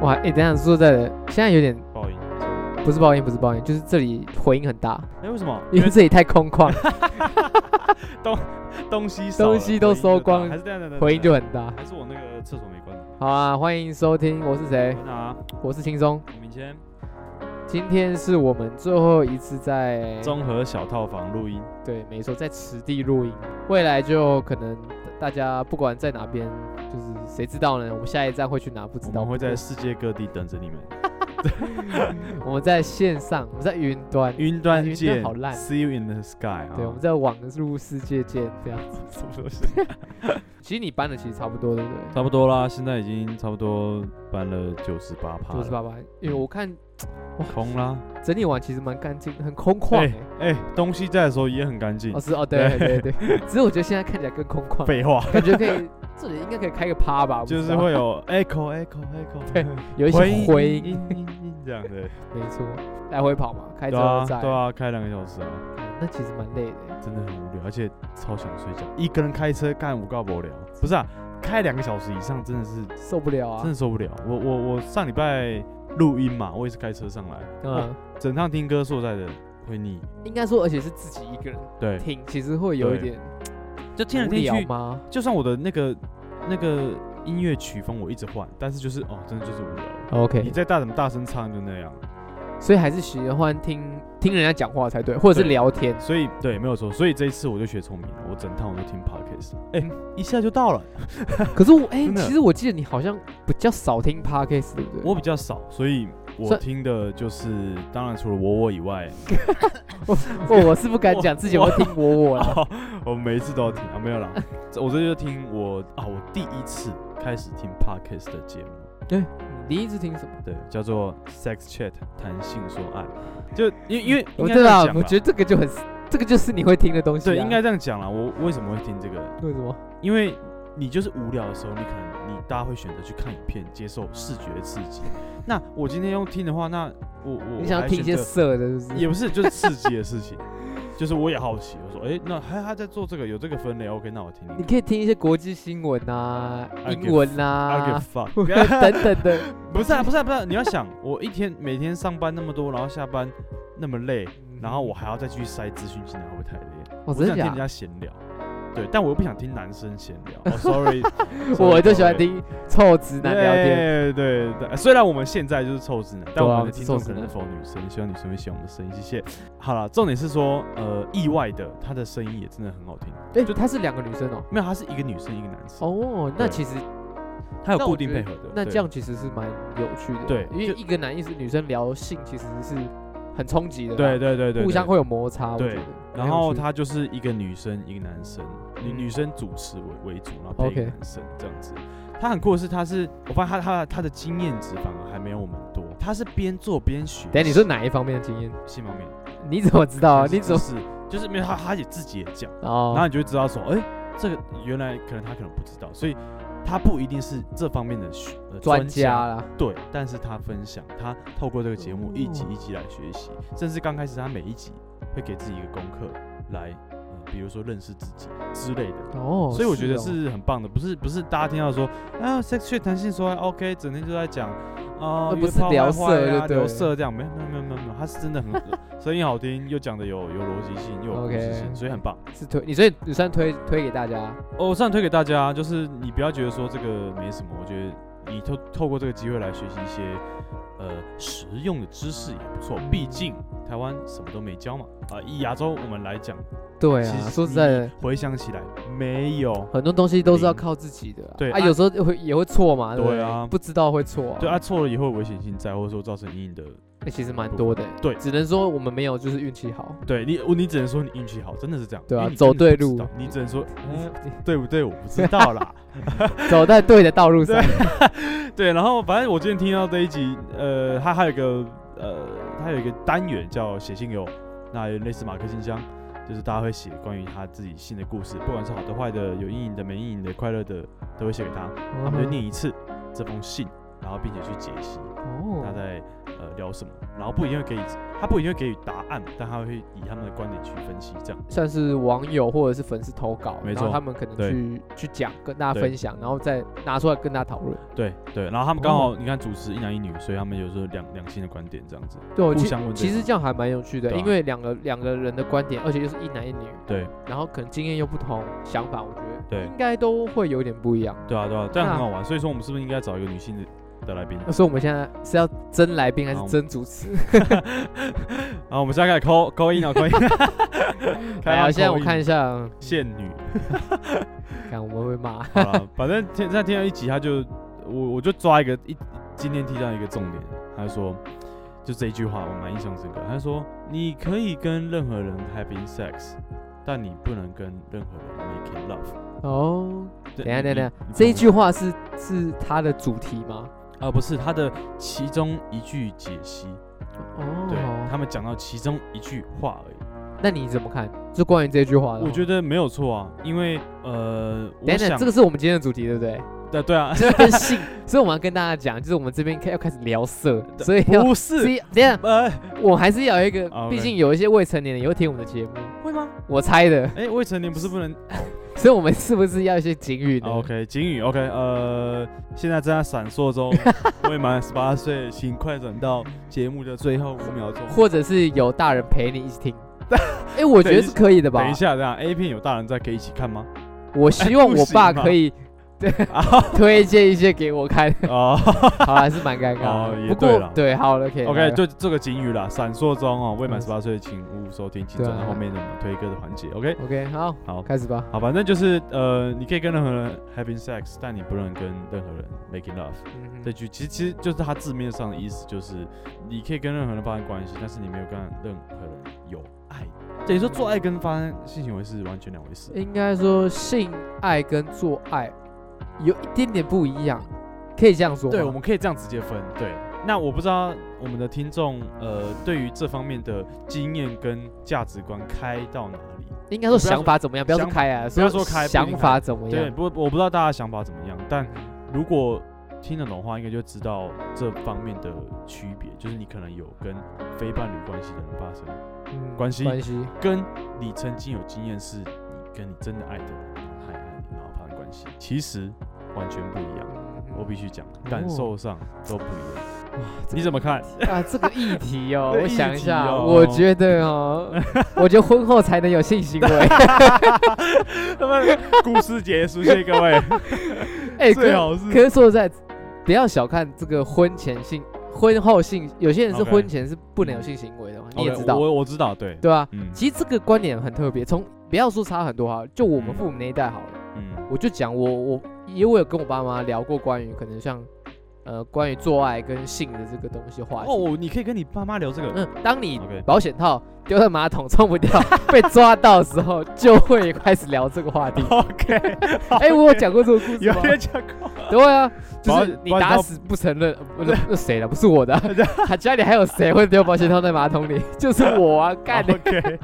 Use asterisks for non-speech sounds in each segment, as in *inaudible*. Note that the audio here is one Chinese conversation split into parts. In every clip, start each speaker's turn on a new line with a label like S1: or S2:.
S1: 哇，哎、等一下说在的，现在有点
S2: 报应。
S1: 不是爆音，不是爆音，就是这里回音很大，
S2: 哎，为什么？
S1: 因为这里太
S2: *laughs*
S1: 空旷，
S2: 东西少了
S1: 东西都
S2: 回音就
S1: 收
S2: 大
S1: 光
S2: 还是这样的
S1: 回音就很大。
S2: 还是我那个厕所没关。
S1: 好啊，欢迎收听，我是谁？
S2: 那
S1: 我是轻松，
S2: 我们先
S1: 今天是我们最后一次在
S2: 综合小套房录音，
S1: 对，没错，在此地录音，未来就可能大家不管在哪边，就是谁知道呢？我们下一站会去哪？不知
S2: 我
S1: 道。
S2: 们会在世界各地等着你们。
S1: 我们在线上，我们在云端，
S2: 云端
S1: 云端
S2: 见
S1: 好烂
S2: ，See you in the sky 啊。
S1: 对，我们在网路世界见这样子。
S2: 什么东西？
S1: 其实你搬的其实差不多，对不对？
S2: 差不多啦，现在已经差不多搬了九十八趴，
S1: 九十八吧，因为我看
S2: 空啦。
S1: 整理完其实蛮干净， *laughs* 很空旷、欸。
S2: 哎，东西在的时候也很干净
S1: 哦，。是哦，对对对对， *laughs* 只是我觉得现在看起来更空旷，
S2: 哎废话，
S1: 感觉可以，这里应该可以开个趴吧，我不
S2: 就
S1: 知
S2: 是
S1: 道
S2: 会有 echo echo echo，
S1: 对有一些回音，
S2: 音音音这样对。
S1: 没错，来回跑嘛，开
S2: 对
S1: 车
S2: 啊，
S1: 在，
S2: 对啊，开两个小时啊，
S1: 嗯那其实蛮累的，
S2: 真的很无聊，而且超想睡觉。一个人开车干五告无聊，不是啊，开两个小时以上真的是
S1: 受不了
S2: 真
S1: 啊
S2: 的，受不了。我我我上礼拜录音嘛，我也是开车上来，哇
S1: 嗯，
S2: 整趟听歌说实在的会腻，
S1: 应该说，而且是自己一个人
S2: 对，
S1: 听，其实会有一
S2: 对
S1: 点
S2: 就听来
S1: 无
S2: 听
S1: 聊
S2: 去，
S1: 吗？
S2: 就算我的那个那个音乐曲风我一直换，但是就是哦，真的就是无聊。你
S1: OK，
S2: 再大怎么大声唱就那样，
S1: 所以还是喜欢听听人家讲话才对，或者是
S2: 对 *laughs*
S1: 聊天。
S2: 所以对没有错，所以这一次我就学聪明了，我整趟我都听 podcast，哎、一下就到了。
S1: 可是我哎、
S2: 真的
S1: 其实我记得你好像比较少听 podcast，对不对？
S2: 我比较少，所以我
S1: 算
S2: 听的就是，当然除了我我以外，
S1: *laughs* 我我是不敢讲，
S2: 我
S1: 自己有没有听我
S2: *laughs*
S1: 我啦。
S2: 哦我每一次都要听啊，没有啦，这我这就听我啊，我第一次开始听 podcast 的节目，
S1: 对，你第一次听什么？
S2: 对，叫做 Sex Chat 谈性说爱，就因为因为应
S1: 我
S2: 该
S1: 对
S2: 这
S1: 啦
S2: 样，讲
S1: 我
S2: 啦，
S1: 觉得这个就很，这个就是你会听的东西、啊。
S2: 对，应该这样讲啦。我为什么会听这个？
S1: *laughs* 为什么？
S2: 因为你就是无聊的时候，你可能你大家会选择去看影片，接受视觉的刺
S1: *laughs*
S2: 激。那我今天用听的话，那我我
S1: 你想要听一些
S2: 我还选择
S1: 色的，是不
S2: 也
S1: 是？
S2: 不是，就是刺激的事情。 *laughs* 就是我也好奇，我说，哎、那还他在做这个，有这个分类，OK，那我听
S1: 你
S2: 听看。
S1: 可以听一些国际新闻啊、
S2: I
S1: 英文
S2: I give
S1: *laughs* 啊
S2: fuck，
S1: *laughs* 等等的。
S2: 不是啊，不是啊，不是啊，你要想，我一天每天上班那么多，然后下班那么累，然后我还要再继续塞资讯进来，会不会太累？我
S1: 我嗯哦真
S2: 想
S1: 的
S2: 听
S1: 假
S2: 人
S1: 的？
S2: 家闲聊，对，但我又不想听男生闲
S1: *laughs*
S2: 聊。哦 sorry，
S1: 我
S2: sorry，
S1: 就喜欢
S2: sorry
S1: 听臭直男聊
S2: 对
S1: 天。
S2: 对对，虽然我们现在就是臭直男，但
S1: 对啊
S2: 我
S1: 我
S2: 们的
S1: 们是
S2: 听众
S1: 臭直
S2: 可能
S1: 男
S2: 否女生，希望女生会喜欢我们的声音，谢谢。好了，重点是说，呃，意外的，她的声音也真的很好听。
S1: 哎，就她是两个女生哦。
S2: 没有，她是一个女生，一个男生，
S1: 哦，那
S2: 对
S1: 其实
S2: 她有
S1: 那
S2: 固
S1: 我
S2: 定
S1: 觉得
S2: 配合的。
S1: 那
S2: 对
S1: 这样其实是蛮有趣的，
S2: 对
S1: 因为
S2: 就
S1: 一个男一女生聊性其实是很冲击的啦，
S2: 对对对对，
S1: 互相
S2: 对。
S1: 会有摩擦，我
S2: 对
S1: 觉得
S2: 然
S1: 蛮有
S2: 后
S1: 趣的
S2: 她就是一个女生，一个男生，女女生主持为为主，然后配一
S1: OK
S2: 个男生这样子。她很酷的是，她是我发现她她她的经验值反而还没有我们多，她是边做边学。
S1: 等一下你说哪一方面的经验？
S2: 性方面
S1: 你怎么知 *laughs* 道啊？你怎
S2: 就
S1: 么
S2: 是就是没有她她也自己也讲。然后
S1: 哦？
S2: 你就会知道说，哎、这个原来可能他可能不知道，所以他不一定是这方面的学、呃、
S1: 专家
S2: 家，
S1: 啦，
S2: 对，但是他分享，他透过这个节目一集
S1: 哦
S2: 一集来学习，甚至刚开始他每一集会给自己一个功课来，呃比如说认识自己之类的。
S1: 哦，
S2: 所以我觉得
S1: 哦
S2: 是很棒的，不是不是大家听到说啊，sex 学谈性说爱 OK，整天就在讲啊，
S1: 那不
S2: 约
S1: 是
S2: 炮
S1: 聊
S2: 坏
S1: 色
S2: 坏
S1: 就
S2: 啊
S1: 对
S2: 聊
S1: 了
S2: 色这样，没有没有没有没有没有，他是真的很声音好听，又讲的有有逻辑性，又有故
S1: OK
S2: 事性，所以很棒。
S1: 是推，你所以你算推推给大家，
S2: 哦我上推给大家，就是你不要觉得说这个没什么，我觉得你透透过这个机会来学习一些呃实用的知识也不错。毕竟台湾什么都没教嘛，啊、以亚洲我们来讲，
S1: 对
S2: 其
S1: 啊，
S2: 实
S1: 说实在的
S2: 你，回想起来没有。
S1: 很多东西都是要
S2: 零
S1: 靠自己的啦，
S2: 对
S1: 啊，
S2: 啊
S1: 有时候也会也会错嘛，不
S2: 对啊
S1: 不知道会错啊，
S2: 对啊，错了也会有危险性在，或者说造成阴影的。
S1: 欸其实蛮多的，
S2: 对
S1: 只能说我们没有，就是运气好，
S2: 对你，我你只能说你运气好，真的是这样。
S1: 对啊
S2: 因为你
S1: 走
S2: 真的
S1: 对
S2: 不知
S1: 路
S2: 道你只能说、
S1: *laughs*
S2: 嗯、对不对？我不知道啦。
S1: 走在对的道路上，
S2: 对，然后反正我今天听到这一集，呃，它还有一个呃，它有一个单元叫写信给我，那有类似马克信箱，就是大家会写关于他自己信的故事，不管是好的、坏的、有阴影的、没阴影的、快乐的，都
S1: 嗯
S2: 啊会写给他，他们就念一次这封信，然后并且去解析
S1: 哦
S2: 他在呃聊什么，然后不一定会给予他不一定会给予答案，但他会以他们的观点去分析这样。
S1: 算是网友或者是粉丝投稿，
S2: 没
S1: 然后
S2: 错
S1: 他们可能
S2: 对
S1: 去去讲，跟大家
S2: 对
S1: 分享，然后再拿出来跟大家讨论。
S2: 对对，然后他们刚好、
S1: 哦
S2: 你看主持一男一女，所以他们有时候两两性的观点这样子，
S1: 对，我
S2: 互
S1: 其
S2: 相问对
S1: 其实
S2: 方
S1: 这样还蛮有趣的，
S2: 对啊
S1: 因为两个两个人的观点，而且又是一男一女，
S2: 对
S1: 然后可能经验又不同，想法我觉得
S2: 对
S1: 应该都会有点不一样。
S2: 对啊对啊，这样很
S1: 那
S2: 好玩。所以说我们是不是应该找一个女性的的来宾？
S1: 所以我们现在是要真来宾还是
S2: 好
S1: 真主持？
S2: *laughs* 然后我们现在开始扣扣音啊扣音，
S1: *laughs* 来啊，现在我
S2: call in
S1: 看一下，
S2: 现女，
S1: 看我们会骂。
S2: 好了， *laughs* 反正天在天到一集，他就我我就抓一个一今天提到一个重点，他就说就这一句话我蛮印象深刻，他说你可以跟任何人 having sex，但你不能跟任何人 making love。
S1: 哦，
S2: 对
S1: 等一下
S2: 你
S1: 等一下
S2: 你你，
S1: 这一
S2: 懂
S1: 句话是是它的主题吗？
S2: 啊不是他的其中一句解析，对
S1: 哦，
S2: 他们讲到其中一句话而已。
S1: 那你怎么看？就关于这句话的话，
S2: 我觉得没有错啊，因为呃，我
S1: 等一下等一
S2: 想
S1: 下，这个是我们今天的主题，对
S2: *laughs*
S1: 不对？
S2: 对对
S1: *laughs*
S2: 啊，
S1: 就是跟性，所以我们要跟大家讲，就是我们这边开要开始聊色，所以要
S2: 不
S1: 所
S2: 是 *laughs*
S1: 以等一下
S2: 呃
S1: 我还是要有一个
S2: 啊，，OK
S1: 毕竟有一些未成年人也会听我们的节目，
S2: 会吗？
S1: 我猜的，
S2: 哎，未成年不是
S1: *laughs*
S2: 不能哦
S1: 所以我们是不是要一些警语呢？
S2: OK，警语 OK，呃，现在正在闪烁
S1: *laughs*
S2: 中，未满十八岁，请快转到节目的最后五秒钟。
S1: 或者是有大人陪你一起听？
S2: *laughs*
S1: 哎，我觉得是可以的吧
S2: 等一？下，这样 A 片有大人在可以一起看吗？
S1: *laughs* 我希望我
S2: 哎
S1: 爸可以
S2: 啊
S1: *laughs* 推荐一些给
S2: *laughs*
S1: 我看，
S2: 哦
S1: 好还是蛮尴尬
S2: 哦
S1: 的。
S2: 也
S1: 不
S2: 对
S1: 过
S2: 啦
S1: 对，好了，可以
S2: *laughs*
S1: 来
S2: ，OK，
S1: 了
S2: 就这个警语啦，闪烁中哦，未满十八岁，请勿收听，请
S1: 对
S2: 转到
S1: 啊
S2: 后面的我们推歌的环节。OK，
S1: OK，好，
S2: 好
S1: 开始吧。
S2: 好，反正就是呃，你可以跟任何人 having sex，但你不能跟任何人 making love。
S1: 嗯哼
S2: 这句其实其实就是它字面上的意思，就是你可以跟任何人发生关系，但是你没有跟任何人有爱。等于说做爱跟发生性行为是完全两回事。
S1: 应该说性爱跟做爱有一点点不一样，可以这样说吗。
S2: 对，我们可以这样直接分。对，那我不知道我们的听众呃，对于这方面的经验跟价值观开到哪里？
S1: 应该说想法怎么样，不要说
S2: 想
S1: 开啊，
S2: 不要说开不一
S1: 想
S2: 定
S1: 法
S2: 开
S1: 怎么
S2: 对，
S1: 样。
S2: 不，我不知道大家想法怎么样，但如果听得懂的话，应该就知道这方面的区别，就是你可能有跟非伴侣关系的人发生
S1: 嗯
S2: 关系
S1: 关系，
S2: 跟你曾经有经验是你跟你真的爱的人，他也爱你，然后发生关系，其实完全不一样。
S1: 嗯
S2: 我必须讲，感受上都不一样。你怎么 *laughs* 看？
S1: 啊，这个议题哦，
S2: *laughs* 这
S1: 我
S2: 议
S1: 想一
S2: 题
S1: 下，
S2: 哦
S1: 我觉
S2: *laughs*
S1: 得哦，我觉得婚后才能有性行为。
S2: 那么故事结束，谢谢 *laughs* 各位。
S1: 哎，
S2: 最
S1: 可
S2: 好是哦
S1: 可是说实在，不要小看这个婚前性、婚后性，有些人是
S2: OK
S1: 婚前是不能有性行为的嘛，你也
S2: OK，
S1: 知道，
S2: 我我知道，对，
S1: 对吧？
S2: 嗯
S1: 其实这个观点很特别，从不要说差很多哈，就我们
S2: 嗯
S1: 父母那一代好了。
S2: 嗯
S1: 我就讲我我，因为我有跟我爸妈聊过关于可能像，呃，关于做爱跟性的这个东西话题。
S2: 哦，你可以跟你爸妈聊这个。
S1: 嗯，当你
S2: OK
S1: 保险套丢在马桶冲不掉，被抓到的时候，就会开始聊这个话题。
S2: *laughs* OK，
S1: 哎、我有讲过这个故事
S2: 有
S1: 吗？
S2: 有讲过。
S1: 对啊，就
S2: 保
S1: 是你
S2: 保险
S1: 打
S2: 套
S1: 死不承认，呃不是那谁了？不是我的啊，他家里还有谁会丢保险套在马桶里？就是我啊，干
S2: 哦 *laughs*
S1: 的。
S2: OK，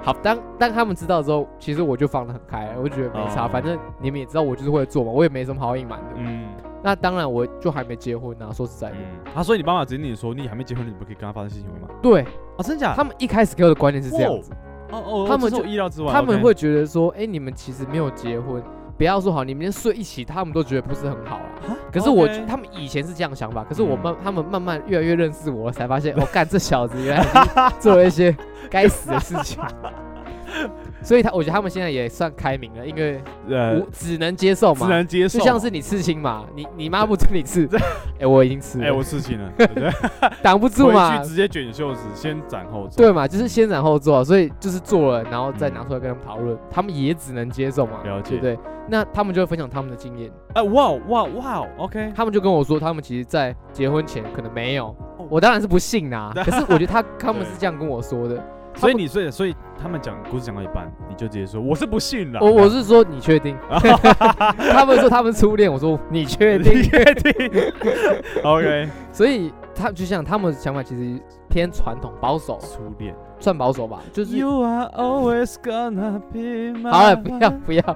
S1: 好，当当他们知道之后，其实我就放得很开了，我就觉得没差，
S2: 哦
S1: 反正你们也知道我就是会做嘛，我也没什么好隐瞒的。
S2: 嗯
S1: 那当然，我就还没结婚啊。说实在的，
S2: 嗯。他说你爸妈直接跟你说，你还没结婚，你不可以跟他发生性行为吗？
S1: 对
S2: 啊，真假？
S1: 他们一开始给我的观念是这样子，
S2: 哦哦，
S1: 他们
S2: 这是
S1: 就
S2: 我意料之外，
S1: 他们
S2: OK
S1: 会觉得说，哎、你们其实没有结婚，不要说好，你们连睡一起，他们都觉得不是很好啦。
S2: 啊
S1: 可是我
S2: OK
S1: 他们以前是这样想法，可是我
S2: 嗯
S1: 慢、他们慢慢越来越认识我，才发现，
S2: *laughs*
S1: 我、哦、干这小子原来已经做了一些 *laughs* 该死的事情。所以他，我觉得他们现在也算开明了，因为
S2: 呃
S1: 我只能接受
S2: 只
S1: 嘛，
S2: 能接受，
S1: 就像是你刺青嘛，你你妈不准你
S2: *laughs*
S1: 刺，哎、我已经刺
S2: 哎、
S1: 了，
S2: 我刺青
S1: *laughs*
S2: 了，对不对
S1: 挡不住嘛
S2: 回去，直接卷袖子，先斩后奏。
S1: 对嘛，就是先斩后奏，啊所以就是做了，然后再拿出来跟他们讨论，他们也只能接受嘛，
S2: 了
S1: 对
S2: 解
S1: 不对？那他们就会分享他们的经验，
S2: 哎、哇哇哇，OK，
S1: 他们就跟我说，他们其实在结婚前可能没有
S2: 哦，
S1: 我当然是不信
S2: *laughs*
S1: 啦、可是我觉得他他们
S2: 对
S1: 是这样跟我说的，
S2: 所以你所以所以他们讲故事讲到一半，你就直接说我是不信了，
S1: 我我是说你确定？ *laughs* 他们说他们初恋，我说你确定？
S2: 啊你确定？OK，
S1: *laughs* 所以他就像他们的想法其实偏传统保守，
S2: 初恋
S1: 算保守吧，就是
S2: ，You are always gonna be my
S1: 好了，不要不要，
S2: 要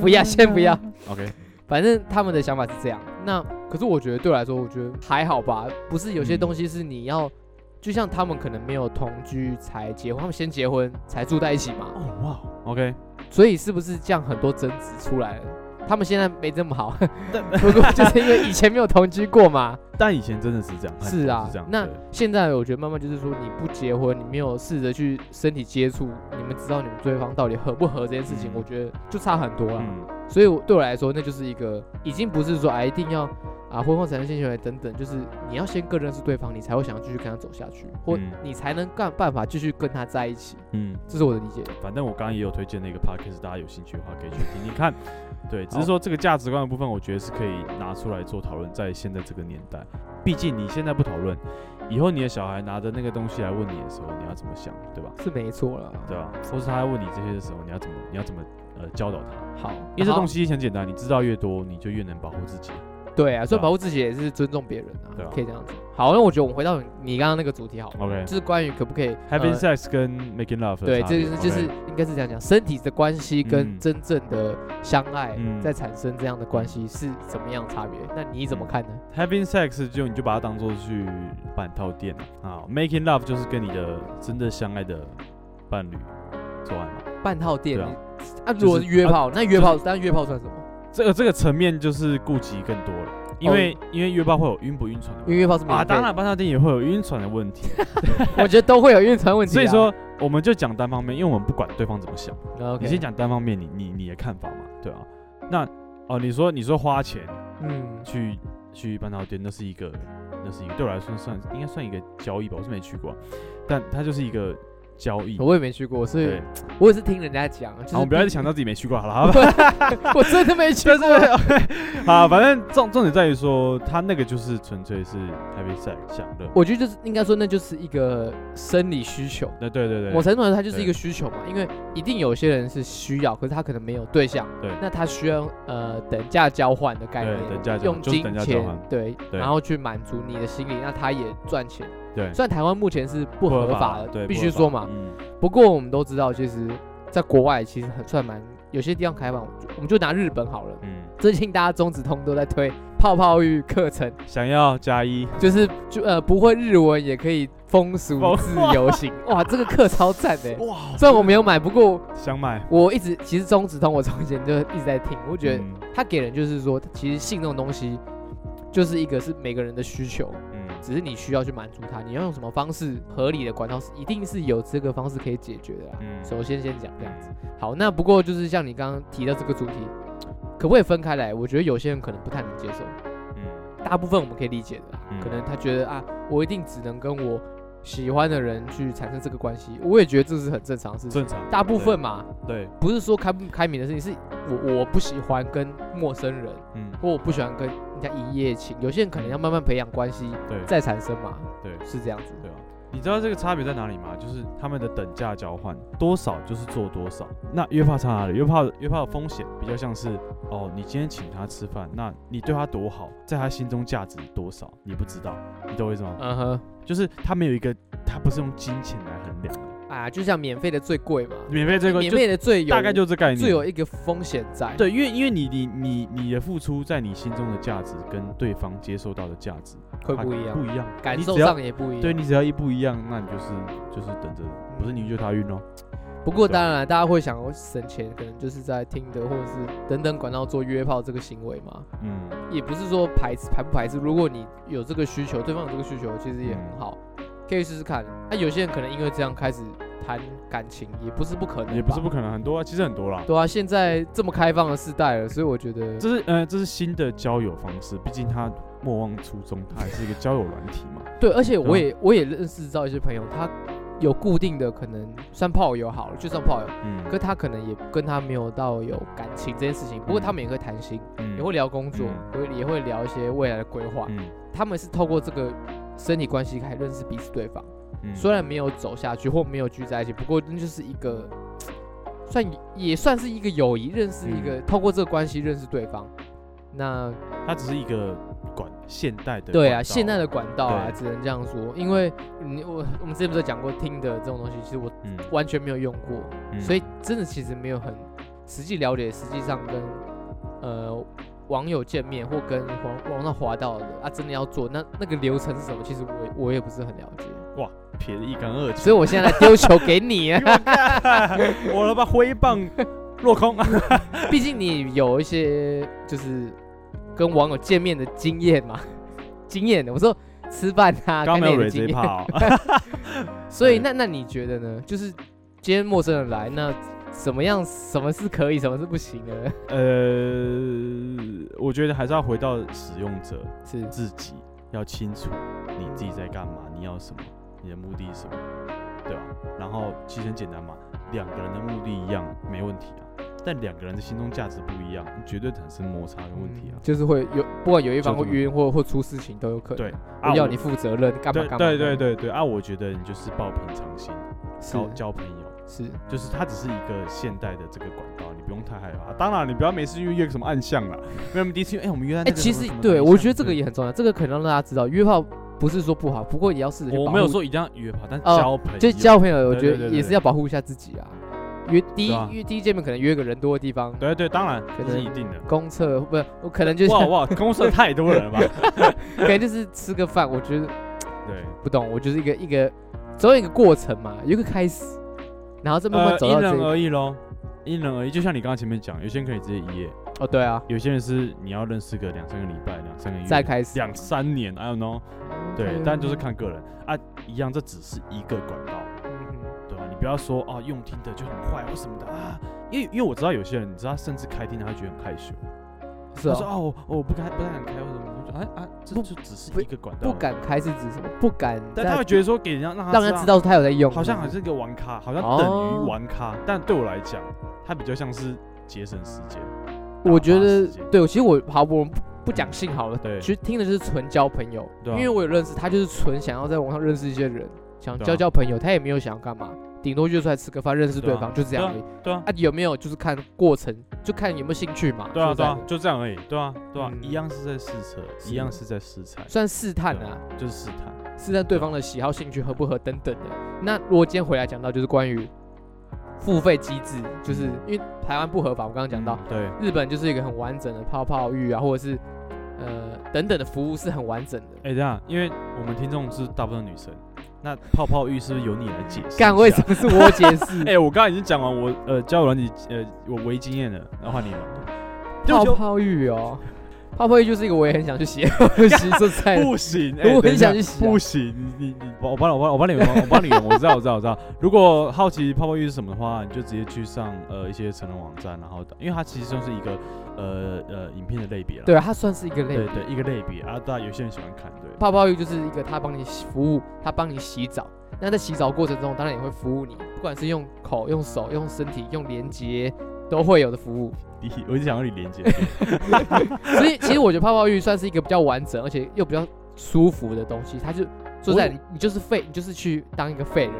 S1: 不要先不要
S2: OK，
S1: 反正他们的想法是这样，那可是我觉得对我来说，我觉得还好吧。不是有些
S2: 嗯
S1: 东西是你要，就像他们可能没有同居才结婚，他们先结婚才住在一起嘛，
S2: 哦哇，OK，
S1: 所以是不是这样很多争执出来了？他们现在没这么好， *laughs* 不过就是因为以前没有同居过嘛。
S2: *laughs* 但以前真的是这样，
S1: 是啊
S2: 是这样，，
S1: 那
S2: 对
S1: 现在我觉得慢慢就是说，你不结婚，你没有试着去身体接触，你们知道你们对方到底合不合这件事情，
S2: 嗯
S1: 我觉得就差很多了。
S2: 嗯，
S1: 所以我对我来说，那就是一个已经不是说啊一定要啊婚后产生性行为等等，就是你要先更认识对方，你才会想要继续跟他走下去，或
S2: 嗯
S1: 你才能干办法继续跟他在一起。
S2: 嗯，
S1: 这是我的理解。
S2: 反正我刚刚也有推荐那个 podcast，大家有兴趣的话可以去听听
S1: *laughs*
S2: 看。对，只是说这个价值观的部分，我觉得是可以拿出来做讨论，在现在这个年代，毕竟你现在不讨论，以后你的小孩拿着那个东西来问你的时候，你要怎么想，对吧？
S1: 是没错了。
S2: 对吧？或是他在问你这些的时候，你要怎么，你要怎么呃教导他？
S1: 好，
S2: 因为这东
S1: 西
S2: 西很简单，你知道越多，你就越能保护自己。
S1: 对啊，所
S2: 对
S1: 以
S2: 啊
S1: 保护自己也是尊重别人啊，
S2: 对啊
S1: 可以这样子。好，那我觉得我们回到你刚刚那个主题好了，
S2: OK，having、
S1: 就是关于可不可以呃
S2: sex 跟 making love 的
S1: 对，
S2: 差
S1: 这
S2: 别
S1: 个就是
S2: OK
S1: 应该是这样讲，身体的关系跟
S2: 嗯
S1: 真正的相爱
S2: 嗯
S1: 在产生这样的关系是怎么样差别？那你怎么看呢？
S2: having sex 就你就把它当做去半套店啊，making love 就是跟你的真的相爱的伴侣做爱嘛。
S1: 半套店
S2: 对啊
S1: 你啊，
S2: 就是
S1: 如果是约
S2: 啊
S1: 炮，那约
S2: 就是
S1: 炮，但约炮算什么？
S2: 这个这个层面就是顾及更多了，因为、因为约炮会有晕不哦晕船的啊
S1: 因
S2: 问
S1: 为
S2: 题
S1: 约炮是免
S2: 啊，
S1: 费的
S2: 当然半套店也会有晕船的问 *laughs* 题，
S1: 我觉得都会有晕船问题啊。
S2: 所以说我们就讲单方面，因为我们不管对方怎么想。
S1: o k
S2: 你先，讲单方面你你你的看法嘛，对啊。那哦，你说你说花钱
S1: 嗯，
S2: 去去半套店，那是一个那是一个对我来说算应该算一个交易吧，我是没去过啊、但它就是一个交易。
S1: 我也没去过，所
S2: 对
S1: 以，我也是听人家讲，啊就是
S2: 好，我们不要再
S1: 毕
S2: 强调自己没去过好了，好吧？
S1: *laughs* 我真的没去
S2: 就
S1: 过。
S2: 是啊，反正重重点在于说，他那个就是纯粹是 happy sex 享乐。
S1: 我觉得就是应该说，那就是一个生理需求。
S2: 那对对对，
S1: 某程度上，它就是一个需求嘛，因为一定有些人是需要，可是他可能没有对象，
S2: 对
S1: 那他需要呃等价交换的概念，
S2: 对等价交
S1: 用
S2: 就是
S1: 金
S2: 等价交
S1: 钱
S2: 换
S1: 对，
S2: 对
S1: 然后去满足你的心理，那他也赚钱。
S2: 对
S1: 虽然台湾目前是不合法的，
S2: 对，
S1: 必
S2: 呃不
S1: 须
S2: 合法
S1: 说嘛，
S2: 嗯，
S1: 不过我们都知道，其实在国外其实很算蛮有些地方开放，我们就拿日本好了。 *laughs*
S2: 嗯，
S1: 最近大家中子通都在推泡泡浴课程，
S2: 嗯想要加一，
S1: 就是就呃不会日文也可以风俗
S2: 风
S1: 自
S2: *laughs*
S1: 由行，哇，这个课超赞的。
S2: 哇，
S1: 虽然我没有买，不过
S2: 想买，
S1: 我一直其实中子通我从前就一直在听，我觉得
S2: 嗯
S1: 他给人就是说，其实性这种东西就是一个是每个人的需求，
S2: 嗯
S1: 只是你需要去满足它，你要用什么方式合理的管道是一定是有这个方式可以解决的啦。
S2: 嗯
S1: 首先先讲这样子，好，那不过就是像你刚刚提到这个主题，可不可以分开来？我觉得有些人可能不太能接受，
S2: 嗯。
S1: 大部分我们可以理解的啦，
S2: 嗯
S1: 可能他觉得啊，我一定只能跟我喜欢的人去产生这个关系，我也觉得这是很正常的事情，
S2: 正常，
S1: 大部分嘛，
S2: 对，
S1: 不是说开不开明的事情，是我我不喜欢跟陌生人，
S2: 嗯，
S1: 或我不喜欢跟人家一夜情，有些人可能要慢慢培养关系
S2: 对，
S1: 再产生嘛，
S2: 对
S1: 是这样子。
S2: 对啊。你知道这个差别在哪里吗？就是他们的等价交换多少就是做多少。那约炮差哪里？约炮约炮的风险比较像是哦，你今天请他吃饭，那你对他多好，在他心中价值多少，你不知道，你懂我意思吗？
S1: 嗯哼，
S2: 就是他没有一个，他不是用金钱来衡量的，
S1: 啊，就像免费的最贵嘛，
S2: 免费这个
S1: 免
S2: 就
S1: 费的最有
S2: 大概就这概念，
S1: 最有一个风险在。，
S2: 对，因为因为你你你你的付出在你心中的价值跟对方接受到的价值
S1: 会
S2: 它
S1: 不一样
S2: 不一样，
S1: 感
S2: 你
S1: 受
S2: 只要
S1: 上也不一样。
S2: 对你只要一不一样，那你就是就是等着，
S1: 嗯
S2: 不是你就他晕咯。
S1: 不过
S2: 对
S1: 当然了，大家会想要省钱，可能就是在听的或者是等等管道做约炮这个行为嘛，
S2: 嗯，
S1: 也不是说排斥排不排斥。如果你有这个需求，对方有这个需求，其实也很好，
S2: 嗯
S1: 可以试试看。那、有些人可能因为这样开始谈感情，也不是不可能，
S2: 也不是不。可能，很多啊，其实很多啦。
S1: 对啊，现在这么开放的时代了，所以我觉得
S2: 这是呃，这是新的交友方式，毕竟他莫忘初衷，他还是一个交友软体嘛。
S1: 对，而且
S2: 对啊
S1: 我也我也认识到一些朋友，他有固定的可能算炮友好了，就算炮友，
S2: 嗯，
S1: 可他可能也跟他没有到有感情这件事情，不过他们也会谈心，
S2: 嗯
S1: 也会聊工作，会、也会聊一些未来的规划。
S2: 嗯
S1: 他们是透过这个身体关系来认识彼此对方，
S2: 嗯
S1: 虽然没有走下去或没有聚在一起，不过那就是一个算也算是一个友谊，认识一个、
S2: 嗯
S1: 透过这个关系认识对方。那
S2: 它只是一个管现代的
S1: 对
S2: 管道
S1: 啊，现在的管道啊，
S2: 对
S1: 只能这样说，因为你我我们之前不是有讲过听的这种东西，其实我
S2: 嗯
S1: 完全没有用过，
S2: 嗯
S1: 所以真的其实没有很实际了解，实际上跟呃网友见面或跟网网上滑到的啊，真的要做那那个流程是什么？其实我也我也不是很了解，
S2: 哇，撇得一干二净。
S1: 所以我现在来丢球给
S2: *laughs*
S1: 你啊，
S2: 我要把挥
S1: *laughs*
S2: 棒落空。
S1: 毕竟你有一些就是跟网友见面的经验嘛，经验的。我说吃饭啊，
S2: 刚
S1: 跟
S2: 没有
S1: 你
S2: 蕊这
S1: 的经
S2: 一
S1: 验。
S2: 趴哦，
S1: 所以
S2: 对
S1: 那那你觉得呢？就是今天陌生人来，那怎么样？什么是可以，什么是不行的呢？
S2: *laughs* 呃，我觉得还是要回到使用者
S1: 是
S2: 自己，要清楚你自己在干嘛，你要什么，你的目的是什么，对吧？然后其实很简单嘛，两个人的目的一样，没问题啊。但两个人的心中价值不一样，绝对产生摩擦跟问题啊。
S1: 嗯就是会有，不管有一方
S2: 就
S1: 会
S2: 这么
S1: 晕或或出事情都有可能。
S2: 对，
S1: 我
S2: 啊
S1: 要
S2: 我
S1: 你负责任，干嘛
S2: 对
S1: 干嘛？
S2: 对对对对啊！我觉得你就是抱平常心，交
S1: 是
S2: 交朋友，
S1: 是，
S2: 就是它只是一个现代的这个管道，你不用太害怕。啊当然，你不要没事去约个什么暗
S1: *laughs*
S2: 巷啦，因为我们第一次约，哎、我们约在那
S1: 哎，
S2: 个
S1: 其
S2: 什么
S1: 实
S2: 什么
S1: 对
S2: 暗
S1: 我
S2: 巷
S1: 觉得这个也很重要，这个可能让大家知道约炮不是说不好，不过也要试着去
S2: 对我
S1: 保
S2: 没有
S1: 护
S2: 说一定要约炮，但
S1: 哦
S2: 交朋友、
S1: 就交朋友，我
S2: 对
S1: 觉
S2: 对
S1: 得
S2: 对
S1: 也是
S2: 对
S1: 要保护一下自己啊。约第一
S2: 对啊
S1: 约第一见面可能约个人多的地方，
S2: 对对，当然
S1: 可
S2: 这是
S1: 能
S2: 一定的。
S1: 公厕不是，我可能 *laughs* 就是
S2: 哇哇，公社太多人了吧？
S1: *laughs* 可能就是吃个饭，我觉得
S2: 对，
S1: 不懂，我就是一个一个总有一个过程嘛，有一个开始，然后再慢慢
S2: 呃，
S1: 走到
S2: 因
S1: 这
S2: 人
S1: 个。
S2: 而异喽，因人而异。就像你刚刚前面讲，有些人可以直接一夜，
S1: 哦，对啊，
S2: 有些人是你要认识个两三个礼拜、两三个月，
S1: 再嗯开始
S2: 两三年，I don't know。对，但就是看个人啊，一样，这只是一个管道。
S1: 嗯
S2: 对吧、你不要说啊，用听的就很坏或什么的啊，因为因为我知道有些人，你知道，他甚至开听的他觉得很害羞，
S1: 是
S2: 他说
S1: 啊，
S2: 哦，我我不敢不太敢开或什么，我就哎啊，这
S1: 不
S2: 就只是
S1: 不
S2: 一个管道，
S1: 不，敢开是指什么？不敢，
S2: 但他会觉得说给人家让他
S1: 让人家知，道他有在用，
S2: 好像好
S1: 是
S2: 像是个玩咖，好像等
S1: 哦
S2: 于玩咖，但对我来讲，它比较像是节省时间。
S1: 不是我觉得
S2: 打发时间
S1: 对，其实我好，我们不不讲性好了，
S2: 对
S1: 其实听的就是纯交朋友，
S2: 对啊
S1: 因为我有认识他，就是纯想要在网上认识一些人，想
S2: 对啊
S1: 交交朋友，他也没有想要干嘛，顶多就出来吃个饭，认识
S2: 对
S1: 对
S2: 啊
S1: 方，就这样而已。
S2: 对啊，
S1: 啊，有没有就是看过程，就看有没有兴趣嘛。
S2: 对啊，
S1: 说
S2: 对
S1: 在
S2: 啊，就这样而已，对啊，对啊，
S1: 嗯
S2: 一样是在试车，
S1: 是
S2: 一样是在试菜，
S1: 算试探
S2: 对
S1: 啊，
S2: 就是试探，
S1: 试探对方的喜好、兴趣合不合等等的。那如果今天回来讲到就是关于付费机制，就是因为台湾不合法，我刚刚讲到
S2: 嗯，对，
S1: 日本就是一个很完整的泡泡浴啊，或者是呃等等的服务是很完整的。
S2: 哎、这样，因为我们听众是大部分女生，那泡泡浴是不是由你来解释？
S1: 干为什？么是我解释？
S2: *laughs* 哎、我刚刚已经讲完我呃交友软体呃我唯经验了，然后换你了。
S1: 泡
S2: 就
S1: 泡浴哦，泡泡浴就是一个我也很想去洗的
S2: *laughs*
S1: 东西，说实在的，
S2: 不行，哎、
S1: 我
S2: 等一
S1: 很
S2: 下
S1: 想去洗啊
S2: 不行，你你你，我我帮你，我帮我帮你圆，我帮你圆，我知道，我知道，我知道。如果好奇泡泡浴是什么的话，你就直接去上呃一些成人网站，然后因为它其实就是一个呃呃影片的类别啦，
S1: 对啊，它算是一个类
S2: 对对一个类别啊，大家有些人喜欢看，对，
S1: 泡泡浴就是一个他帮你洗服务，他帮你洗澡。那在洗澡过程中，当然也会服务你，不管是用口、用手、用身体、用连接，都会有的服务。
S2: 第一我一直想要你连接，
S1: 所
S2: *laughs*
S1: 以其实我觉得泡泡浴算是一个比较完整，而且又比较舒服的东西。它就说实在
S2: 我
S1: 你，你就是废，你就是去当一个废人，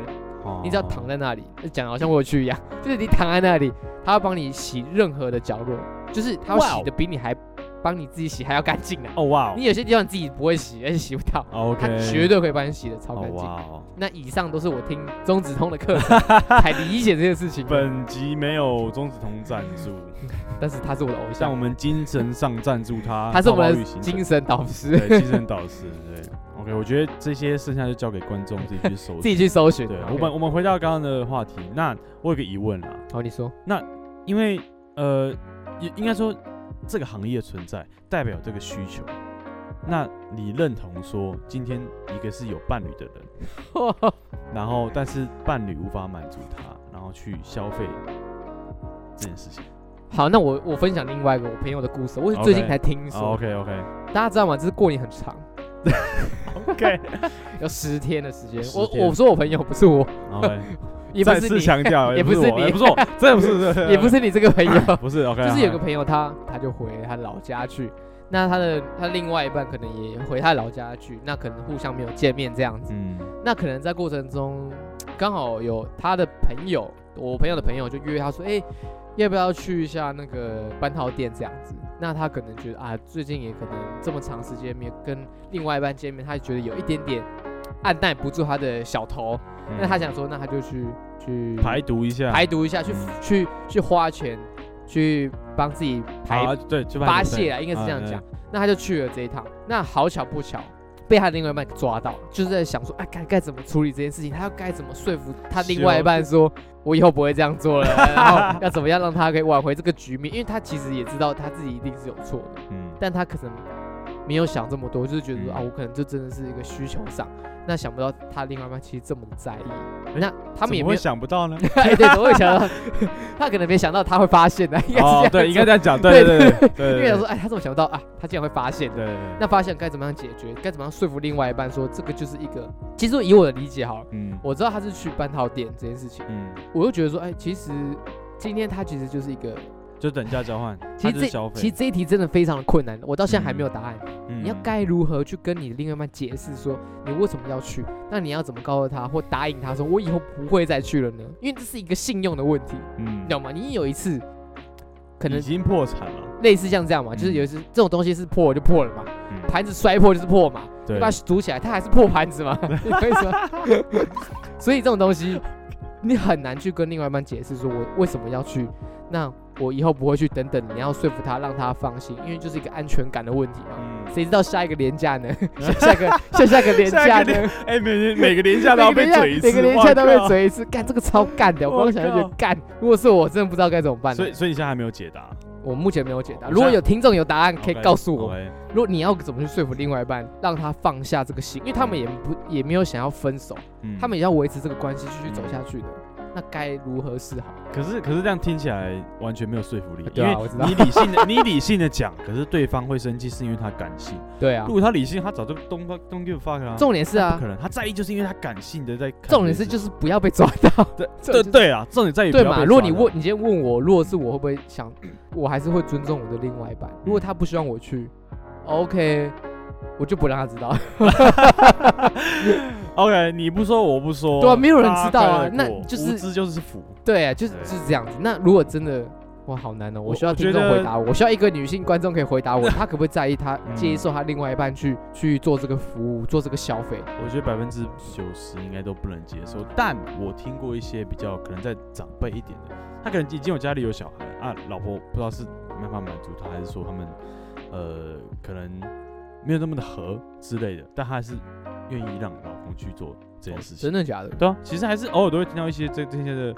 S1: 你只要躺在那里，
S2: 嗯
S1: 讲得好像我有去一样，就是你躺在那里，他会帮你洗任何的角落，就是他会
S2: 哇哦
S1: 洗的比你还帮你自己洗还要干净呢。
S2: 哦哇哦
S1: 你有些地方你自己不会洗，而且洗不到，他
S2: ，OK，
S1: 绝对可以帮你洗的超
S2: 哦
S1: 干净。
S2: 哇哦。
S1: 那以上都是我听中子通的
S2: *laughs*
S1: 课程才理解这件事情的，
S2: 本集没有中子通赞助，
S1: 但是他是我的偶
S2: 但
S1: 像
S2: 我，们精神上赞助他，
S1: 他是我
S2: 泡泡
S1: 们
S2: 浴
S1: 的
S2: 行程
S1: 精神导师，
S2: 对精神导师。对，OK，我觉得这些剩下就交给观众自己去搜
S1: 自己去搜寻。
S2: 对，
S1: OK
S2: 我们我们回到刚刚的话题，那我有个疑问啊，
S1: 好，你说 *laughs*
S2: 因为呃，应应该说这个行业的存在代表这个需求。那你认同说，今天一个是有伴侣的人，然后但是伴侣无法满足他，然后去消费这件事情。
S1: 好，那我我分享另外一个我朋友的故事，我是最近
S2: OK 哦
S1: 才听说
S2: OK
S1: *laughs*
S2: OK
S1: 大家知道吗？就是过年很长，
S2: OK
S1: 有十天的时间。
S2: 10
S1: 我
S2: 天
S1: 我说我朋友不是我，
S2: OK，
S1: *laughs* 也不
S2: 再
S1: 是
S2: 次
S1: 你，
S2: 强调，
S1: *laughs* 也
S2: 不
S1: 不是
S2: 我哎
S1: 你
S2: 也不是我，这不
S1: *laughs*
S2: 是，这
S1: 也不是你这个
S2: *laughs*
S1: 朋友，
S2: 不是 OK，
S1: 就是有个
S2: 好
S1: 朋友他他就回他老家去，那他的他另外一半可能也回他老家去，那可能互相没有见面这样子。
S2: 嗯
S1: 那可能在过程中，刚好有他的朋友，我朋友的朋友就约他说，哎、要不要去一下那个班套店这样子？那他可能觉得啊，最近也可能这么长时间没有跟另外一半见面，他觉得有一点点按耐不住他的小头，
S2: 嗯
S1: 那他想说，那他就去去
S2: 排毒一下，
S1: 排毒一下，去
S2: 嗯
S1: 去去花钱去帮自己排
S2: 啊对，哎就
S1: 发泄啊，应该是这样讲。。那他就去了这一趟，那好巧不巧。被他另外一半抓到，就是在想说，哎、该该怎么处理这件事情？他要该怎么说服他另外一半说，我以后不会这样
S2: *laughs*
S1: 做了，然后要怎么样让他可以挽回这个局面？因为他其实也知道他自己一定是有错的，
S2: 嗯，
S1: 但他可能没有想这么多，就是觉得说
S2: 嗯
S1: 啊，我可能就真的是一个需求上，那想不到他另外一半其实这么在意，那他们也
S2: 怎么
S1: 没
S2: 会
S1: 有，
S2: 想不到呢？
S1: 哎，对，我会想到， *laughs* 他可能没想到他会发现的， *laughs* 应该是这样
S2: 哦
S1: 说，，
S2: 对，应该这样讲，
S1: 对
S2: 对对对对
S1: 因
S2: 对，
S1: 为想
S2: 对
S1: 说，哎，他怎么想不到啊？他竟然会发现，
S2: 对，对
S1: 那发现该怎么样解决？该怎么样说服另外一半说这个就是一个？其实以我的理解好了，
S2: 嗯
S1: 我知道他是去搬套店这件事情，
S2: 嗯，
S1: 我就觉得说，哎，其实今天他其实就是一个，
S2: 就等价交换，
S1: 其
S2: 它
S1: 实
S2: 就是
S1: 这
S2: 消费，
S1: 其实这一题真的非常的困难，我到现在还没有答案。
S2: 嗯
S1: 你要该如何去跟你的另外一半解释说你为什么要去？那你要怎么告诉他或答应他说我以后不会再去了呢？因为这是一个信用的问题，
S2: 嗯
S1: 你懂吗？你有一次可
S2: 已
S1: 能
S2: 经破产了，
S1: 类似像这样嘛，就是有一次这种东西是破就破了嘛，
S2: 嗯
S1: 盘子摔破就是破嘛，
S2: 对
S1: 你把它煮起来它还是破盘子嘛， *laughs* 为什么？所以这种东西你很难去跟另外一半解释说我为什么要去，那我以后不会去等等，你要说服他让他放心，因为就是一个安全感的问题嘛。
S2: 嗯
S1: 谁知道下一个廉价呢？ *laughs* 下下个下下个廉
S2: *laughs*
S1: 价
S2: 下一个
S1: 呢？
S2: 哎，每年每个廉价都要被
S1: 每个廉价
S2: 嘴一次，
S1: 每个廉
S2: 哇
S1: 价都被
S2: 靠。
S1: 嘴一次，干这个超干的，我光想就觉
S2: 我
S1: 得
S2: 靠
S1: 干。如果是我，真的不知道该怎么办了
S2: 所以，所以你现在还没有解答，
S1: 我目前没有解答。
S2: 我
S1: 如果
S2: 现在
S1: 有听众有答案，可以
S2: OK，
S1: 告诉我。
S2: OK，
S1: 如果你要怎么去说服另外一半，让他放下这个心，因为他们也不也没有想要分手，
S2: 嗯
S1: 他们也要维持这个关系继续走下去的。那该如何是好？
S2: 可是可是这样听起来完全没有说服力，
S1: 对啊
S2: 因为
S1: 我知道
S2: 你理性的 *laughs* 你理性的讲，可是对方会生气是因为他感性。
S1: 对啊
S2: 如，果他理性，他早就 don't fuck- don't give a fuck 了、啊。
S1: 重点是
S2: 不
S1: 啊
S2: 可，能，他在意就是因为他感性的在看这件事。
S1: 重点是就是不要被抓到。
S2: 对对
S1: 重点就是
S2: 对啊，重点在于
S1: 对
S2: 不要
S1: 嘛？
S2: 被
S1: 如果
S2: 抓
S1: 你
S2: 到
S1: 问，你今天问我，如果是我会不会想，我还是会尊重我的另外一半。如果他不希望我去，OK，我就不让他知道。
S2: ，OK，你不说我不说，
S1: 对啊没有人
S2: 大家
S1: 知道啊
S2: 快乐
S1: 那
S2: 过
S1: 就是
S2: 无知就是福。
S1: 对啊，就是
S2: 对
S1: 就是这样子。那如果真的，哇，好难哦！
S2: 我
S1: 我需要
S2: 我
S1: 听众
S2: 觉得
S1: 回答我，我需要一个女性观众可以回
S2: *laughs*
S1: 答我，她可不可以在意她
S2: 嗯
S1: 接受她另外一半去去做这个服务，做这个消费？
S2: 我觉得百分之九十应该都不能接受，但我听过一些比较可能在长辈一点的，他可能已经有家里有小孩啊，老婆不知道是没办法满足他，还是说他们呃可能没有那么的合之类的，但他还是愿意让老公去做这件事情。
S1: 真的假的？
S2: 对啊，其实还是偶尔都会听到一些这这些的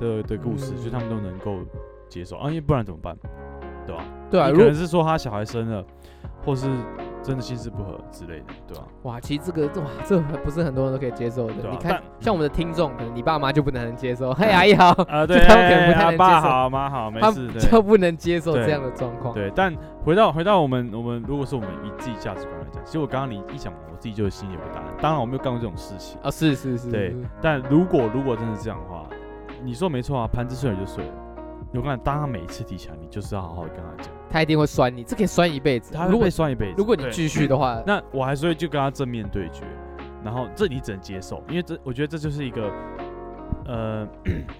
S2: 的的故事，
S1: 嗯
S2: 所以他们都能够接受啊，因为不然怎么办？对吧、
S1: 对啊，
S2: 你
S1: 如
S2: 可
S1: 果
S2: 能是说他小孩生了，或是真的心事不合之类的，对
S1: *laughs*
S2: 吧、
S1: 哇，其实这个哇，这很不是很多人都可以接受的。
S2: 对啊
S1: 你
S2: 但
S1: 看，像我们的听众，可能你爸妈就不能接受，嘿，阿姨好，
S2: 啊，对，
S1: 他们可能不太
S2: 哎
S1: 能
S2: 啊爸
S1: 接受
S2: 好，妈好，没
S1: 他
S2: 事，
S1: 们
S2: 对
S1: 就不能接受
S2: 对
S1: 这样的状况。
S2: 对。但回到回到我们我们，如果是我们以自己价值观来讲，其实我刚刚你一讲，我自己就心里有个答案。当然我没有干过这种事情，
S1: 啊，是是是，
S2: 对
S1: 是
S2: 但如果如果真的这样的话，你说没错啊，盘子碎了就碎了。我跟你讲，当他每一次提起来，你就是要好好地跟他讲，
S1: 他一定会酸你，这可以酸一辈子。
S2: 他
S1: 如
S2: 会
S1: 果
S2: 被酸一辈子。
S1: 如果你
S2: 对
S1: 继续的话，
S2: 那我还是会去跟他正面对决，然后这你只能接受，因为这我觉得这就是一个，呃，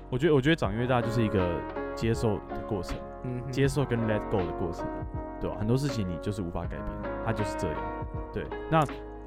S2: 我觉得我觉得长越大就是一个接受的过程，
S1: 嗯哼，
S2: 接受跟 let go 的过程，对吧、很多事情你就是无法改变，它就是这样。对，那 *coughs*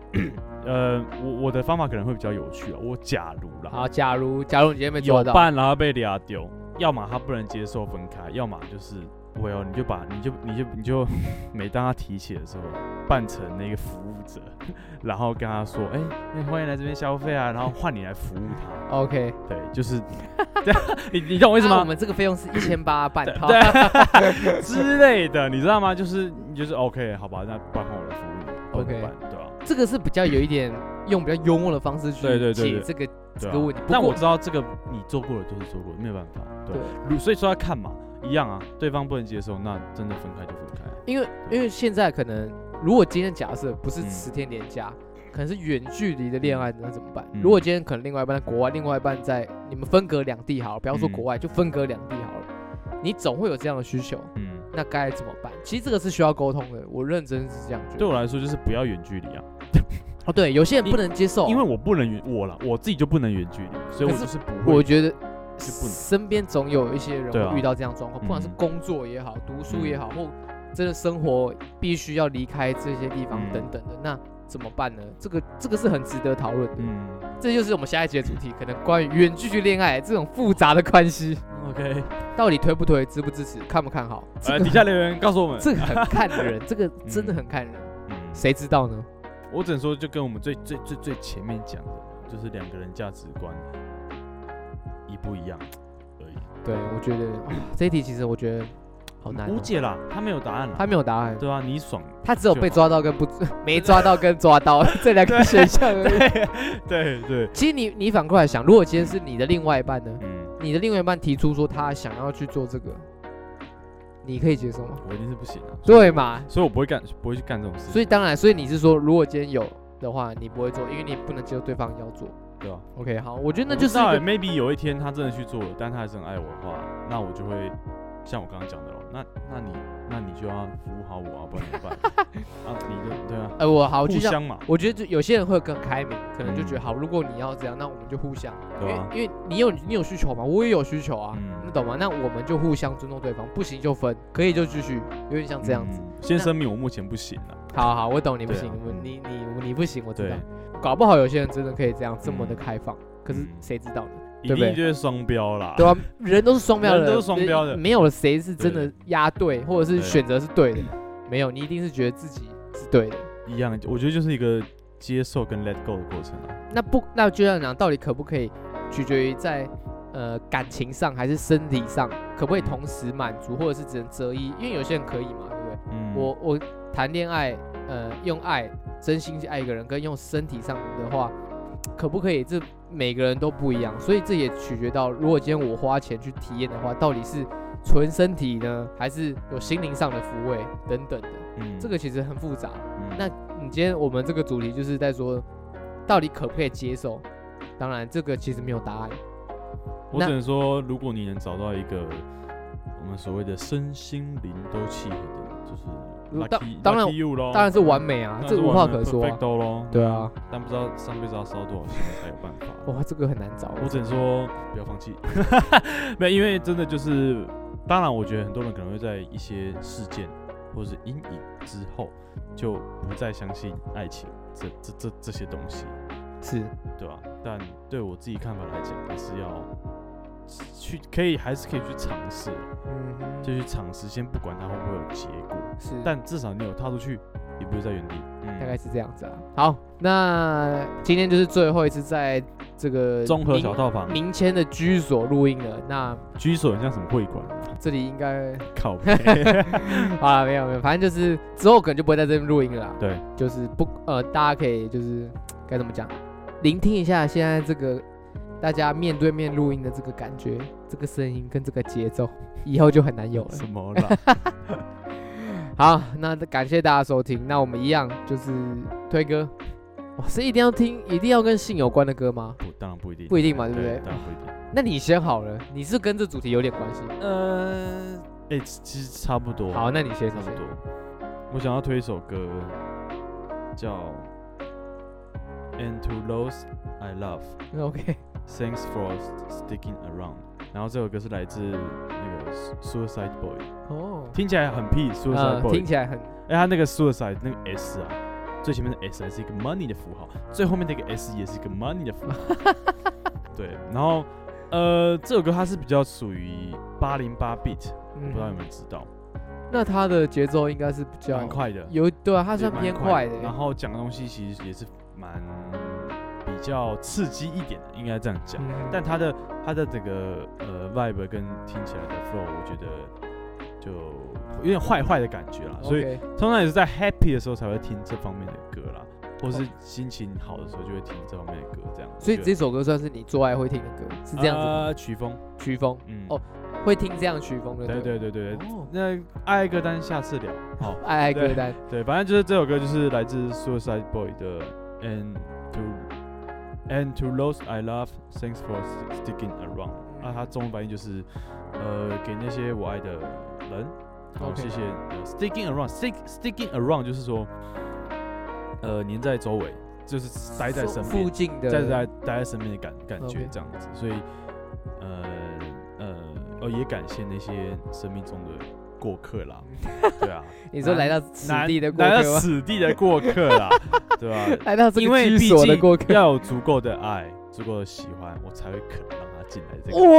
S2: 呃，我我的方法可能会比较有趣啊，我假如啦，
S1: 好，假如假如你今天没
S2: 有
S1: 做到，
S2: 伴然后被俩丢，要么他不能接受分开，要么就是我有你就把你就你就你就每当他提起的时候，扮成那个服务者， *laughs* 然后跟他说，哎、那欢迎来这边消费啊，然后换你来服务他，
S1: OK，
S2: 对，就是 *laughs* 这样，你你懂我意思
S1: *laughs* 那
S2: 吗？
S1: 啊我们这个费
S2: *coughs*
S1: 用是一千八半
S2: 对
S1: 套，
S2: 对 *laughs* 之类的，你知道吗？就是你就是 OK，好吧，那不然换我来服务你，不然怎么
S1: OK
S2: 办对吧、啊
S1: *laughs* 这个是比较有一点用比较幽默的方式去
S2: 对对对
S1: 解
S2: 对
S1: 这个
S2: 对
S1: 这
S2: 啊
S1: 个问题。不
S2: 但
S1: 过
S2: 我知道这个你做过的都是做过的，没有办法。对啊
S1: 对，，
S2: 如所以说要看嘛，一样啊，对方不能接受，那真的分开就分开。
S1: 因为因为现在可能，如果今天假设不是
S2: 嗯
S1: 十天连假，可能是远距离的恋爱，那怎么办？
S2: 嗯
S1: 如果今天可能另外一半在国外，另外一半在你们分隔两地好了，不要说
S2: 嗯
S1: 国外，就分隔两地好了，你总会有这样的需求，
S2: 嗯，
S1: 那该怎么办？其实这个是需要沟通的，我认真是这样觉
S2: 对我
S1: 得。
S2: 来说就是不要远距离啊，
S1: 哦，对，有些人不能接受，
S2: 因为我不能远我啦，我自己就不能远距离，所以我就是不
S1: 我
S2: 会。
S1: 觉得
S2: 就不能
S1: 身边总有一些人
S2: 对啊
S1: 会遇到这样的状况，
S2: 嗯
S1: 不管是工作也好、读书也好，或真的生活必须要离开这些地方
S2: 嗯
S1: 等等的。那怎么办呢？这个这个是很值得讨论的。
S2: 嗯
S1: 这就是我们下一节的主题，可能关于远距离恋爱这种复杂的关系，
S2: ，OK，
S1: 到底推不推、支不支持、看不看好？这
S2: *laughs* 呃，
S1: 个
S2: 底下留言告诉我们。
S1: 这个很看人，
S2: *laughs*
S1: 这个真的很看人，
S2: 嗯
S1: 谁知道呢？
S2: 我只能说，就跟我们最最最最前面讲的，就是两个人价值观一不一样而已，
S1: 对，我觉得、啊这一题其实我觉得好难哦、
S2: 无解啦，他没有答案啦，
S1: 他没有答案，
S2: 对啊，你
S1: *laughs*
S2: 爽，
S1: 他只有被抓到跟不 *laughs* 没抓到跟抓到
S2: *laughs*
S1: 这两个
S2: 对
S1: 选项而已。
S2: 对对，
S1: 其实你你反过来想，如果今天是你的另外一半呢？
S2: 嗯，
S1: 你的另外一半提出说他想要去做这个，你可以接受吗？
S2: 我一定是不行啊，所以
S1: 对嘛？
S2: 所以我不会干，不会去干这种事，
S1: 所以当然，所以你是说，如果今天有的话，你不会做，因为你不能接受对方要做。
S2: 对吧？
S1: OK，好，我觉得
S2: 我
S1: 那就
S2: 不
S1: 是
S2: 知
S1: 一
S2: 道欸
S1: 个
S2: maybe 有一天他真的去做了，但他还是很爱我的话，那我就会像我刚刚讲的咯，那那你那你就要服务好我啊，不然怎么
S1: *laughs*
S2: 办？啊，你就对啊，
S1: 呃，我好，
S2: 互
S1: 就像
S2: 相嘛，
S1: 我觉得就有些人会更开明，可能就
S2: 嗯
S1: 觉得好，如果你要这样，那我们就互相，因
S2: 对
S1: 为
S2: 吧？
S1: 因为你有你有需求嘛，我也有需求啊，
S2: 嗯
S1: 你懂吗？那我们就互相尊重对方，不行就分，可以就继续，有点像这样子。
S2: 嗯，先
S1: 那
S2: 声明我目前不行啊。
S1: 好好，我懂你不
S2: 对啊
S1: 行，我
S2: 嗯
S1: 你你你不行，我知
S2: 对
S1: 道。，搞不好有些人真的可以这样这么的
S2: 嗯
S1: 开放，可是
S2: 嗯
S1: 谁知道呢？
S2: 一
S1: 对不对
S2: 定就是双标啦。
S1: 对啊，人都是双标的，
S2: 人都是双标的
S1: 没有谁是真的
S2: 对
S1: 压对，或者是
S2: 对
S1: 选择是对的，没有，你一定是觉得自己是对的。
S2: 一样，我觉得就是一个接受跟 let go 的过程啊。
S1: 那不，那就像讲，到底可不可以，取决于在呃感情上还是身体上，可不可以同时满足，或者是只能择一？因为有些人可以嘛，对不对？
S2: 嗯，
S1: 我我谈恋爱，呃，用爱真心去爱一个人，跟用身体上的话，可不可以？这每个人都不一样，所以这也取决到，如果今天我花钱去体验的话，到底是纯身体呢，还是有心灵上的抚慰等等的？
S2: 嗯
S1: 这个其实很复杂。
S2: 嗯
S1: 那你今天我们这个主题就是在说，到底可不可以接受？当然，这个其实没有答案。
S2: 我
S1: 那
S2: 只能说，如果你能找到一个我们所谓的身心灵都契合的，就是
S1: 如
S2: lucky
S1: 当当然
S2: lucky you 咯，
S1: 当然是完美啊，这无话可说、啊。
S2: ，perfecto 咯。
S1: 对啊，
S2: 但不知道上辈子要烧多少钱才有办法。 *laughs*
S1: 哇，这个很难找。啊
S2: 我只能说不要放弃， *laughs* 没有，因为真的就是，当然，我觉得很多人可能会在一些事件或者是阴影之后，就不再相信爱情这这这这些东西，
S1: 是，
S2: 对吧、但对我自己看法来讲，还是要去可以还是可以去尝试，
S1: 嗯哼，
S2: 就去尝试，先不管它会不会有结果，
S1: 是，
S2: 但至少你有踏出去，也不是在原地。嗯，
S1: 大概是这样子啊。好，那今天就是最后一次在这个
S2: 综合
S1: 民
S2: 小套房
S1: 民间的居所录音了。那
S2: 居所很像什么会馆，啊
S1: 这里应该
S2: 靠
S1: *laughs*
S2: 背。
S1: 好了，没有没有，反正就是之后可能就不会在这边录音了啦。
S2: 对，
S1: 就是不呃，大家可以就是该怎么讲，聆听一下现在这个大家面对面录音的这个感觉、这个声音跟这个节奏，以后就很难有了。
S2: 什么啦？
S1: 好，那感谢大家收听，那我们一样就是推歌。哇，是一定要听，一定要跟性有关的歌吗？
S2: 不，当然不一定，
S1: *laughs* 不一定嘛对不对
S2: 当然不一定。
S1: 那你先好了，你是跟这主题有点关系。
S2: 呃，哎、其实差不多，
S1: 好，那你先，
S2: 差
S1: 你
S2: 不
S1: 先
S2: 多。我想要推一首歌，叫《And to Those I Love》
S1: 嗯，OK，
S2: ，Thanks for Sticking Around。然后这首歌是来自那个 Su- Suicide Boy，
S1: 哦，
S2: 听起来很屁，Suicide
S1: 呃，
S2: Boy。
S1: 听起来很
S2: 哎、他那个 Suicide 那个 S 啊，最前面的 S 还是一个 money 的符号，最后面那个 S 也是一个 money 的
S1: *laughs*
S2: 符号。对，然后呃，这首歌它是比较属于八零八 beat。
S1: 嗯
S2: 不知道有没有知道，
S1: 那他的节奏应该是比较
S2: 蛮快的，
S1: 有对啊，他
S2: 也
S1: 算
S2: 蛮
S1: 偏
S2: 快
S1: 快的。
S2: 然后讲的东西其实也是蛮比较刺激一点的，应该这样讲。
S1: 嗯
S2: 但他的他的这个呃 vibe 跟听起来的 flow，我觉得就有点坏坏的感觉啦。所以
S1: OK，
S2: 通常也是在 happy 的时候才会听这方面的歌啦，或是心情好的时候就会听这方面的歌这样。
S1: 所
S2: 我
S1: 以
S2: 觉
S1: 这
S2: 得
S1: 首歌算是你做爱会听的歌，是这样子吗？
S2: 呃，曲风，
S1: 曲风
S2: 嗯，
S1: 哦，会听这样曲风的，
S2: 对
S1: 对
S2: 对对对对。
S1: 哦，
S2: 那爱歌单下
S1: *laughs*
S2: 次聊，好。
S1: 爱爱歌
S2: 对
S1: 单
S2: 对，反正就是这首歌就是来自 Suicide Boy 的 And to And to those I love, thanks for sticking around。啊，它中文翻译就是呃，给那些我爱的人，好
S1: OK
S2: 谢谢。呃 sticking around, stick sticking around 就是说呃，黏在周围，就是待在身边
S1: 附，近的，
S2: 在在待在身边的感感觉
S1: OK
S2: 这样子。所以呃呃，哦，也感谢那些生命中的过客
S1: *laughs*
S2: 啦，对啊，
S1: 你说来到此地的过
S2: 来
S1: 客
S2: 到
S1: 吗？
S2: 死地的过客
S1: *laughs*
S2: 啦，对吧、
S1: 来到这
S2: 因
S1: 个
S2: 为
S1: 居
S2: 毕
S1: 所的
S2: 竟
S1: 过客，
S2: 要有足够的爱，足够的喜欢，我才会肯让他进来这个综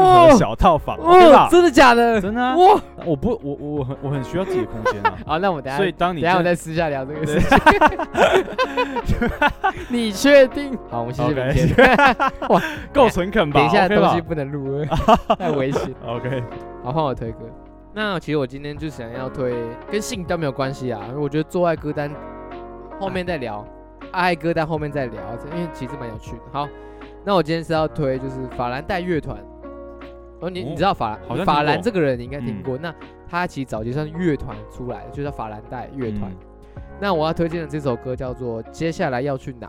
S1: 哇
S2: 合
S1: 哦
S2: 小套房，对
S1: 哦
S2: 吧，？
S1: 真的假的？
S2: 真的啊，
S1: 哇！，
S2: 我不，我我很我很需要自己的空间啊
S1: 好，那我们等下
S2: 所以当你
S1: 等下我
S2: 真
S1: 再私下聊这个
S2: 对
S1: 事情。
S2: *laughs*
S1: 你确定？好，我们谢谢明天。
S2: 够诚恳吧，
S1: 等一下
S2: OK 吧
S1: 东西不能
S2: *laughs*
S1: 录了，太危险。
S2: OK，
S1: 好，换我推歌。那其实我今天就想要推跟性都没有关系啊，因为我觉得做爱歌单后面再聊，
S2: 哎
S1: 爱歌单后面再聊，因为其实蛮有趣的。好，那我今天是要推就是法兰黛乐团。哦，你
S2: 哦
S1: 你知道法兰、
S2: 好像听过嗯
S1: 法兰这个人你应该听过，那他其实早期算是乐团出来的，就叫法兰黛乐团。
S2: 嗯
S1: 那我要推荐的这首歌叫做《接下来要去哪》。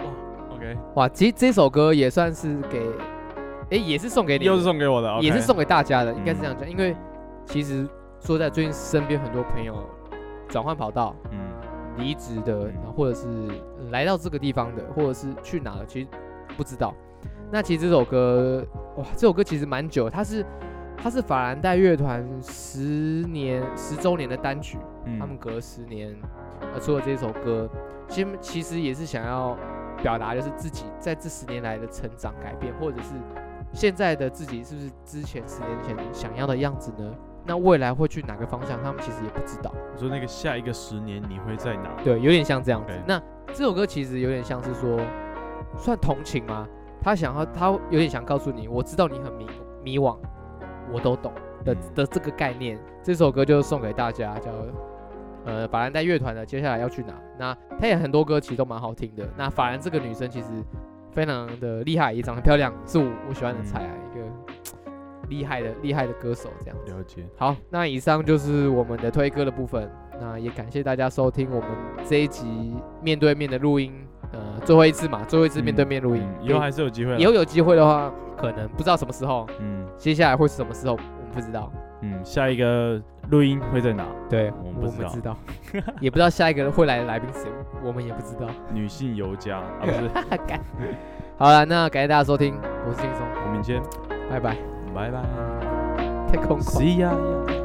S2: 嗯 OK，
S1: 哇，其实这首歌也算是给，诶，也是送给你的，
S2: 又是送给我的，
S1: 也是
S2: OK
S1: 送给大家的，应该是
S2: 嗯
S1: 这样讲。因为其实说在最近身边很多朋友转换跑道、
S2: 嗯
S1: 离职的，
S2: 嗯
S1: 然后或者是呃来到这个地方的，或者是去哪了，其实不知道。那其实这首歌，哇，这首歌其实蛮久的，它是它是法兰黛乐团十年十周年的单曲，
S2: 嗯
S1: 他们隔十年呃出了这首歌，其实其实也是想要表达就是自己在这十年来的成长改变，或者是现在的自己是不是之前十年前想要的样子呢？那未来会去哪个方向，他们其实也不知道。
S2: 你说那个下一个十年你会在哪？
S1: 对，有点像这样子
S2: OK。
S1: 那这首歌其实有点像是说，算同情吗？他想要，他有点想告诉你，我知道你很迷迷惘，我都懂的
S2: 嗯
S1: 的这个概念。这首歌就送给大家，叫呃法兰黛乐团的接下来要去哪？那她也很多歌其实都蛮好听的。那法兰这个女生其实非常的厉害，也长得漂亮，是我我喜欢的
S2: 嗯
S1: 菜啊，一个厉害的厉害的歌手这样子。
S2: 了解，
S1: 好，那以上就是我们的推歌的部分。那也感谢大家收听我们这一集面对面的录音，呃，最后一次嘛，最后一次面对面啊录音。
S2: 嗯以后还是有机会啦，
S1: 以后有机会的话，可能不知道什么时候，
S2: 嗯
S1: 接下来会是什么时候，我们不知道。
S2: 嗯，下一个录音会在哪？
S1: 对
S2: 我们
S1: 我
S2: 不
S1: 们知
S2: 知
S1: 道， *laughs* 也不知道下一个会来的来宾是谁，我们也不知道。 *laughs*
S2: 女性尤佳啊，不是，
S1: 干 *laughs* 好了，那感谢大家收听，我是轻松，
S2: 我们先
S1: 拜拜， *laughs*
S2: 拜拜
S1: 太空旷。
S2: ，See ya。